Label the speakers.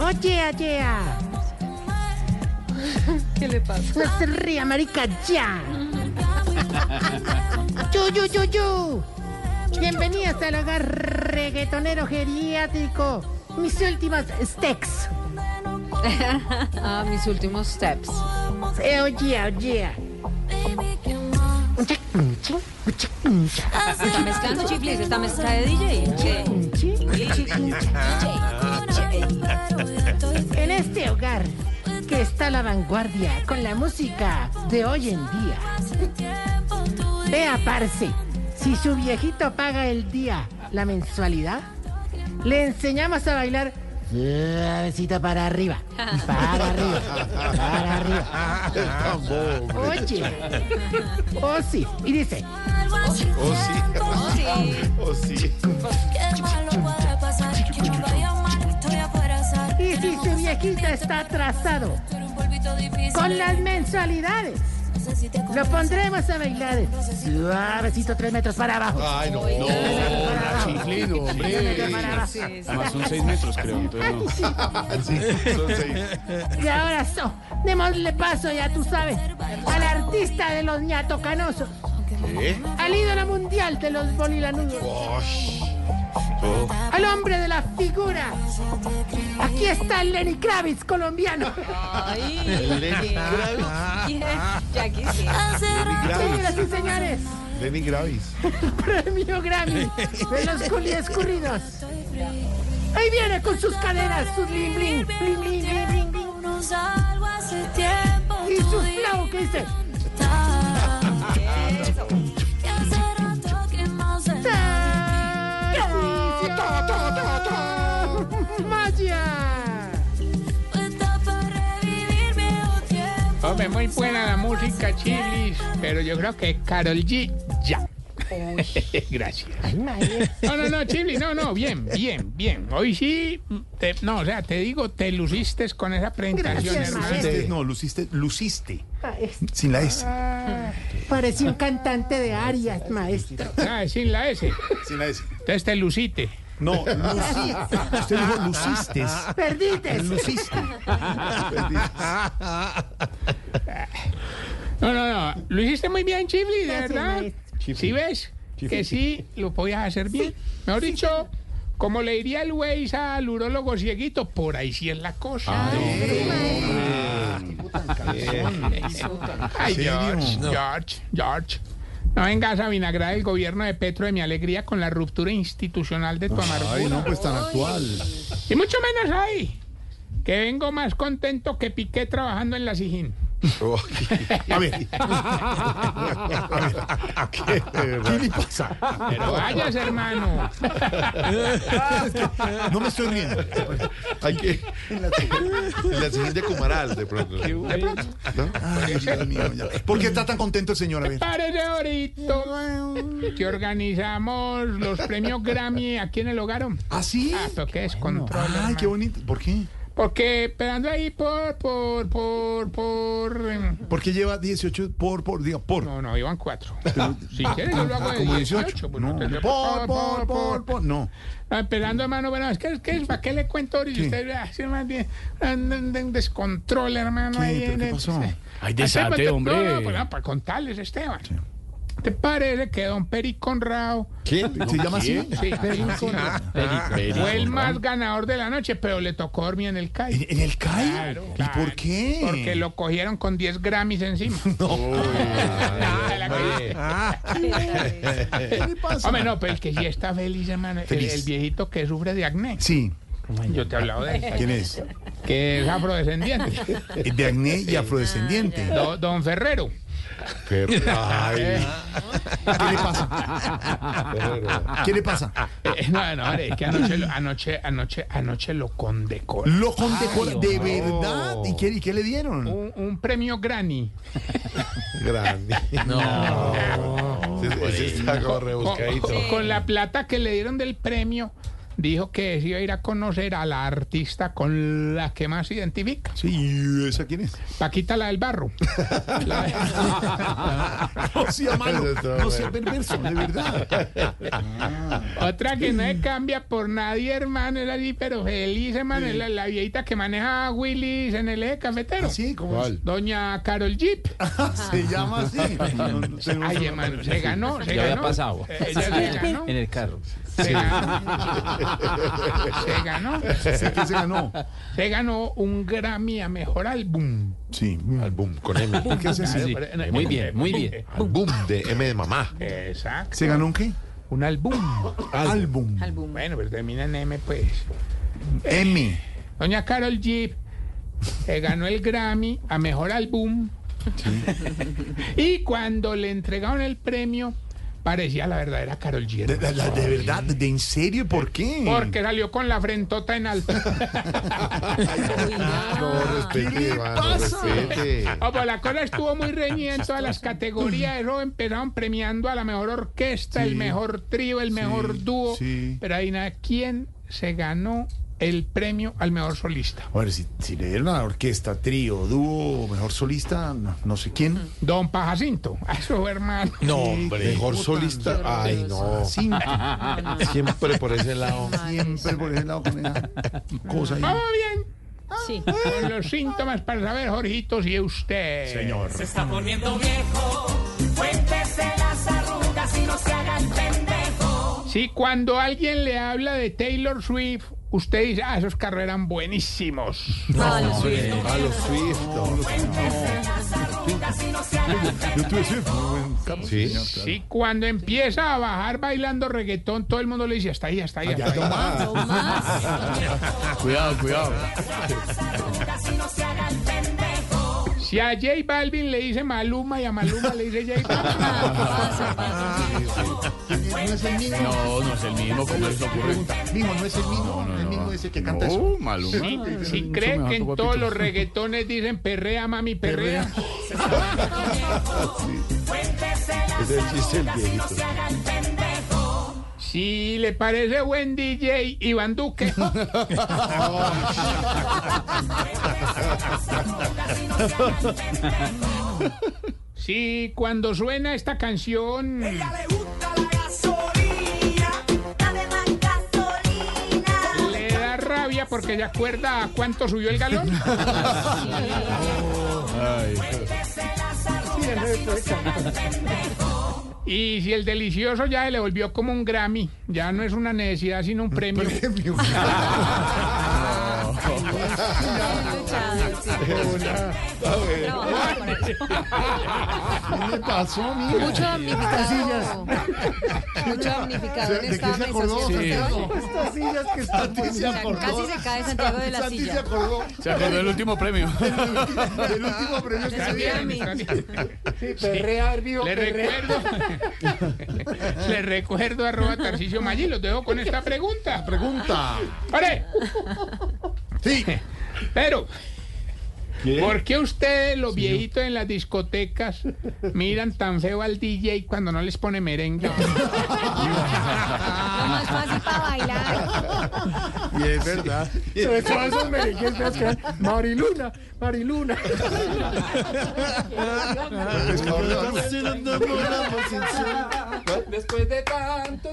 Speaker 1: Oh, yeah, yeah.
Speaker 2: ¿Qué le pasa?
Speaker 1: No se ría, marica, ya. Yu, yu, yu, yu. Bienvenidas al hogar reggaetonero geriátrico. Mis últimas steaks.
Speaker 2: Ah, mis últimos steps.
Speaker 1: Eh, Oh, yeah, oh, yeah. Unchi, unchi, unchi, unchi,
Speaker 2: Está mezclando chicles, está mezcla de DJ. Che,
Speaker 1: unchi.
Speaker 2: chicle.
Speaker 1: En este hogar que está a la vanguardia con la música de hoy en día. Vea, parce, si su viejito paga el día la mensualidad, le enseñamos a bailar suavecito para arriba, para arriba, para arriba. Oye, oh sí, y dice,
Speaker 3: O Oh, sí. O sí.
Speaker 1: y si su viejito está atrasado con las mensualidades, lo pondremos a bailar suavecito tres metros para abajo.
Speaker 3: Ay, no. No, chiflido, hombre.
Speaker 4: Más son seis metros, creo. Entonces, no.
Speaker 3: Sí, son seis.
Speaker 1: Ah, Y ahora so, démosle paso, ya tú sabes, al artista de los ñatocanosos,
Speaker 3: ¿Qué?
Speaker 1: al ídolo mundial de los bolilanudos,
Speaker 3: Osh.
Speaker 1: al hombre de la figura. Aquí está Lenny Kravitz, colombiano.
Speaker 2: Ay, ya quisiera.
Speaker 1: Señoras y señores,
Speaker 3: Lenny Gravis.
Speaker 1: premio Grammy de los culi escurridos. Ahí viene con sus caderas, sus bling bling, bling bling, bling, bling, bling, y su flow que dice, ¡Tarcisio! ¡Maya!
Speaker 5: Hombre, muy buena la música, Chilis, pero yo creo que Carol G ya. Gracias. No, no, no, Chilis, no, no, bien, bien, bien. Hoy sí, te- no, o sea, te digo, te luciste con esa presentación,
Speaker 1: Gracias,
Speaker 5: hermano.
Speaker 1: maestro.
Speaker 3: Luciste, no, luciste, luciste.
Speaker 1: Ay,
Speaker 3: Sin la S.
Speaker 1: Parecía un cantante de arias, maestro.
Speaker 5: Ah, sin la S.
Speaker 3: Sin la S.
Speaker 5: Entonces te lucite.
Speaker 3: No, luciste. Usted dijo luciste.
Speaker 1: Perdites.
Speaker 3: Luciste.
Speaker 5: No, no, no, lo hiciste muy bien, Chilis, de
Speaker 1: Gracias,
Speaker 5: verdad.
Speaker 1: maestro.
Speaker 5: ¿Sí ves? Que sí, lo podías hacer bien. Mejor dicho, como le diría el Weiss al urólogo cieguito, por ahí sí es la cosa. Ay,
Speaker 3: serio?
Speaker 5: George,
Speaker 3: No.
Speaker 5: George, George. No vengas a vinagrar el gobierno de Petro de mi alegría con la ruptura institucional de tu
Speaker 3: Ay,
Speaker 5: amargura.
Speaker 3: no, pues tan actual.
Speaker 5: Y mucho menos ahí. Que vengo más contento que Piqué trabajando en la Sijín.
Speaker 3: A ver. A ver. ¿Qué, ¿Qué le pasa?
Speaker 5: Pero vayas, hermano.
Speaker 3: No me estoy riendo. Hay que. En la, siguiente de Cumaral, de pronto.
Speaker 5: De pronto.
Speaker 3: ¿No? Ay, Dios mío, ya. ¿Por qué está tan contento el señor? A ver.
Speaker 5: Parece ahorito que organizamos los premios Grammy aquí en el hogar. hombre.
Speaker 3: ¿Ah, sí?
Speaker 5: Ah, pero qué descontrol,
Speaker 3: Ay, qué Ah.
Speaker 5: hermano.
Speaker 3: bonito. ¿Por qué?
Speaker 5: Porque esperando ahí por, por, por, por... em,
Speaker 3: ¿Por qué lleva 18 por, por, diga, por?
Speaker 5: No, no, iban cuatro. si quieres, yo lo hago
Speaker 3: Ah,
Speaker 5: de
Speaker 3: como
Speaker 5: 18.
Speaker 3: 18.
Speaker 5: pues, no
Speaker 3: No.
Speaker 5: tendría-
Speaker 3: Por, por, por, por. No.
Speaker 5: Ah, Esperando, hermano, bueno, es que, es que, ¿para qué le cuento ahorita?
Speaker 3: ¿Qué?
Speaker 5: Usted ah, sí, más bien, anda en en descontrol, hermano.
Speaker 3: ¿Qué?
Speaker 5: ahí
Speaker 3: ¿Pero
Speaker 5: en
Speaker 3: qué
Speaker 5: el-
Speaker 3: pasó?
Speaker 5: sí.
Speaker 4: Ay,
Speaker 5: Entonces,
Speaker 4: desate,
Speaker 5: pues, te-
Speaker 4: hombre.
Speaker 5: No, no, pues, ah, para contarles, Esteban. ¿Te parece que don Peri Conrado
Speaker 3: ¿Se llama así?
Speaker 5: sí, sí,
Speaker 3: Ah,
Speaker 5: fue el más ganador de la noche, pero le tocó dormir en el
Speaker 3: ¿En,
Speaker 5: calle?
Speaker 3: en el CAI?
Speaker 5: Claro,
Speaker 3: ¿Y
Speaker 5: claro.
Speaker 3: por qué? Oh.
Speaker 5: Porque lo cogieron con 10 Grammys encima. Ah, la calle.
Speaker 3: ¿Qué le pasa?
Speaker 5: Hombre, no, pero el que sí está feliz, hermano, el-
Speaker 3: Feliz.
Speaker 5: El, viejito que sufre de acné.
Speaker 3: Sí.
Speaker 5: Yo te he hablado de él,
Speaker 3: ¿Quién es?
Speaker 5: que es afrodescendiente.
Speaker 3: Eh, De acné y afrodescendiente.
Speaker 5: Do- don Ferrero. Eh.
Speaker 3: Ay. ¿Qué le pasa? ¿Qué le pasa?
Speaker 5: Eh, no, no, hombre, es que anoche, lo- anoche, anoche, anoche lo condecoró.
Speaker 3: Lo condecora de verdad. ¿Y qué, y qué le dieron?
Speaker 5: Un, un premio Granny.
Speaker 3: Grande. No. Ese está como
Speaker 5: Con, con la plata que le dieron del premio, dijo que se iba a ir a conocer a la artista con la que más se identifica.
Speaker 6: Sí, ¿y ¿esa quién es?
Speaker 5: Paquita la del barro. La
Speaker 3: Ah, No sea malo,
Speaker 6: Eso está
Speaker 3: no sea
Speaker 6: bueno.
Speaker 3: perverso, de verdad.
Speaker 5: Otra que no se cambia por nadie, hermano, es así, pero feliz, hermano, es la, la viejita que maneja a Willis en el eje cafetero.
Speaker 3: ¿Ah, ¿Sí? ¿Cómo es?
Speaker 5: Doña Carol Jeep.
Speaker 3: se llama así? No, no tenemos
Speaker 5: Ay,
Speaker 3: una-
Speaker 5: hermano, se ganó, se
Speaker 4: Ya había
Speaker 5: ganó.
Speaker 4: pasado.
Speaker 5: Eh, Ella se ganó.
Speaker 4: En el carro.
Speaker 5: Se ganó. Se ganó.
Speaker 3: Sí, ¿Qué se ganó?
Speaker 5: Se ganó un Grammy a mejor álbum.
Speaker 6: Sí, al boom, con M.
Speaker 3: ¿Qué es eso?
Speaker 4: Ah, Sí, sí. Muy bien, muy bien.
Speaker 6: Al boom de M de mamá.
Speaker 5: Exacto.
Speaker 3: ¿Se ganó un qué?
Speaker 5: Un álbum.
Speaker 3: Álbum.
Speaker 2: Álbum.
Speaker 5: Bueno, pero termina en M, pues.
Speaker 3: M.
Speaker 5: Doña Carol Jeep se ganó el Grammy a mejor álbum. Y cuando le entregaron el premio, parecía la verdadera Carol G.
Speaker 3: De, de- de- de verdad, de en serio, ¿por qué?
Speaker 5: Porque salió con la frentota en alto.
Speaker 6: No, respete, hermano, respete.
Speaker 5: Oh, pues la cola estuvo muy reñida en todas las categorías. Eso empezaron premiando a la mejor orquesta, el mejor trío, el mejor dúo.
Speaker 3: sí.
Speaker 5: Pero ahí nada, ¿quién se ganó el premio al mejor solista?
Speaker 3: A ver, si, si le dieron a la orquesta, trío, dúo, mejor solista, no, no sé quién.
Speaker 5: Don Pajacinto, a su hermano.
Speaker 4: No, hombre.
Speaker 6: Mejor solista. Ay, no.
Speaker 3: Sí,
Speaker 6: Siempre por ese lado.
Speaker 3: siempre por ese lado con esa cosa ahí.
Speaker 5: Vamos bien.
Speaker 2: Sí.
Speaker 5: Con los síntomas para saber, Jorgito, si usted.
Speaker 3: Señor.
Speaker 7: Se está poniendo viejo, cuéntese las arrugas y no se haga el pendejo.
Speaker 5: Si cuando alguien le habla de Taylor Swift, usted dice, ah, esos carros eran buenísimos.
Speaker 2: Vale, sí.
Speaker 3: Ah,
Speaker 6: A los Swift.
Speaker 7: Cuéntese las arrugas y no se haga el pendejo.
Speaker 3: Yo tuve siempre un buen campo,
Speaker 6: Sí.
Speaker 3: señor, claro.
Speaker 5: Si cuando empieza a bajar bailando reggaetón, todo el mundo le dice, hasta ahí, hasta ahí, hasta ahí.
Speaker 3: Ah.
Speaker 2: No más.
Speaker 3: Cuidado, cuidado.
Speaker 7: Las arrugas y no se haga el pendejo.
Speaker 5: Si a J Balvin le dice Maluma y a Maluma le dice J Balvin.
Speaker 2: Pasa, pasa.
Speaker 3: No es el mismo.
Speaker 4: No, no es el mismo. ¿Cómo les ocurre?
Speaker 3: Mismo, no es el mismo. el mismo ese que canta eso.
Speaker 4: Oh, Maluma.
Speaker 5: Si, si cree que en todos los reggaetones dicen perrea, mami, perrea.
Speaker 7: Cuéntese las
Speaker 6: Ese chiste el
Speaker 7: arrugas y no
Speaker 6: viejito.
Speaker 7: se haga el pendejo.
Speaker 5: Si le parece buen DJ, Iván Duque.
Speaker 7: Las arrugas y no se haga el pendejo.
Speaker 5: Si cuando suena esta canción,
Speaker 7: Ella le gusta la gasolina, dame más gasolina.
Speaker 5: le da rabia porque se acuerda a cuánto subió el galón.
Speaker 7: Cuéntese las arrugas y no se haga el pendejo.
Speaker 5: Y si el delicioso ya le volvió como un Grammy, ya no es una necesidad, sino un premio.
Speaker 2: Bien luchado, sí.
Speaker 3: Ah,
Speaker 2: Trabajamos para eso.
Speaker 3: ¿Qué le pasó, mía?
Speaker 2: Mucho damnificado. Mucho damnificado
Speaker 3: ¿De-
Speaker 2: en
Speaker 3: de
Speaker 2: esta
Speaker 3: qué se
Speaker 2: mesa.
Speaker 3: acordó?
Speaker 2: ¿cierto,
Speaker 3: Sí.
Speaker 2: Esteban?
Speaker 8: Estas sillas que están
Speaker 3: Santi se acordó.
Speaker 2: Casi se cae Santiago de la
Speaker 3: Santi se
Speaker 2: silla.
Speaker 3: acordó
Speaker 4: Se acordó del último premio.
Speaker 3: del último premio que se dio.
Speaker 5: Está bien, está bien.
Speaker 8: Sí, perrea, hervido,
Speaker 5: Le
Speaker 8: perrea.
Speaker 5: recuerdo, le recuerdo arroba Tarcicio Maggi, los dejo con esta pregunta.
Speaker 3: Pregunta.
Speaker 5: ¡Ore!
Speaker 3: Sí.
Speaker 5: Pero, ¿por qué ustedes, los viejitos en las discotecas, miran tan feo al DJ cuando no les pone merengue?
Speaker 2: Lo más fácil para bailar.
Speaker 3: Y es verdad.
Speaker 8: Sobre todo Pues esos merengues feos que eran, Mariluna, Mariluna.
Speaker 3: Después de tanto.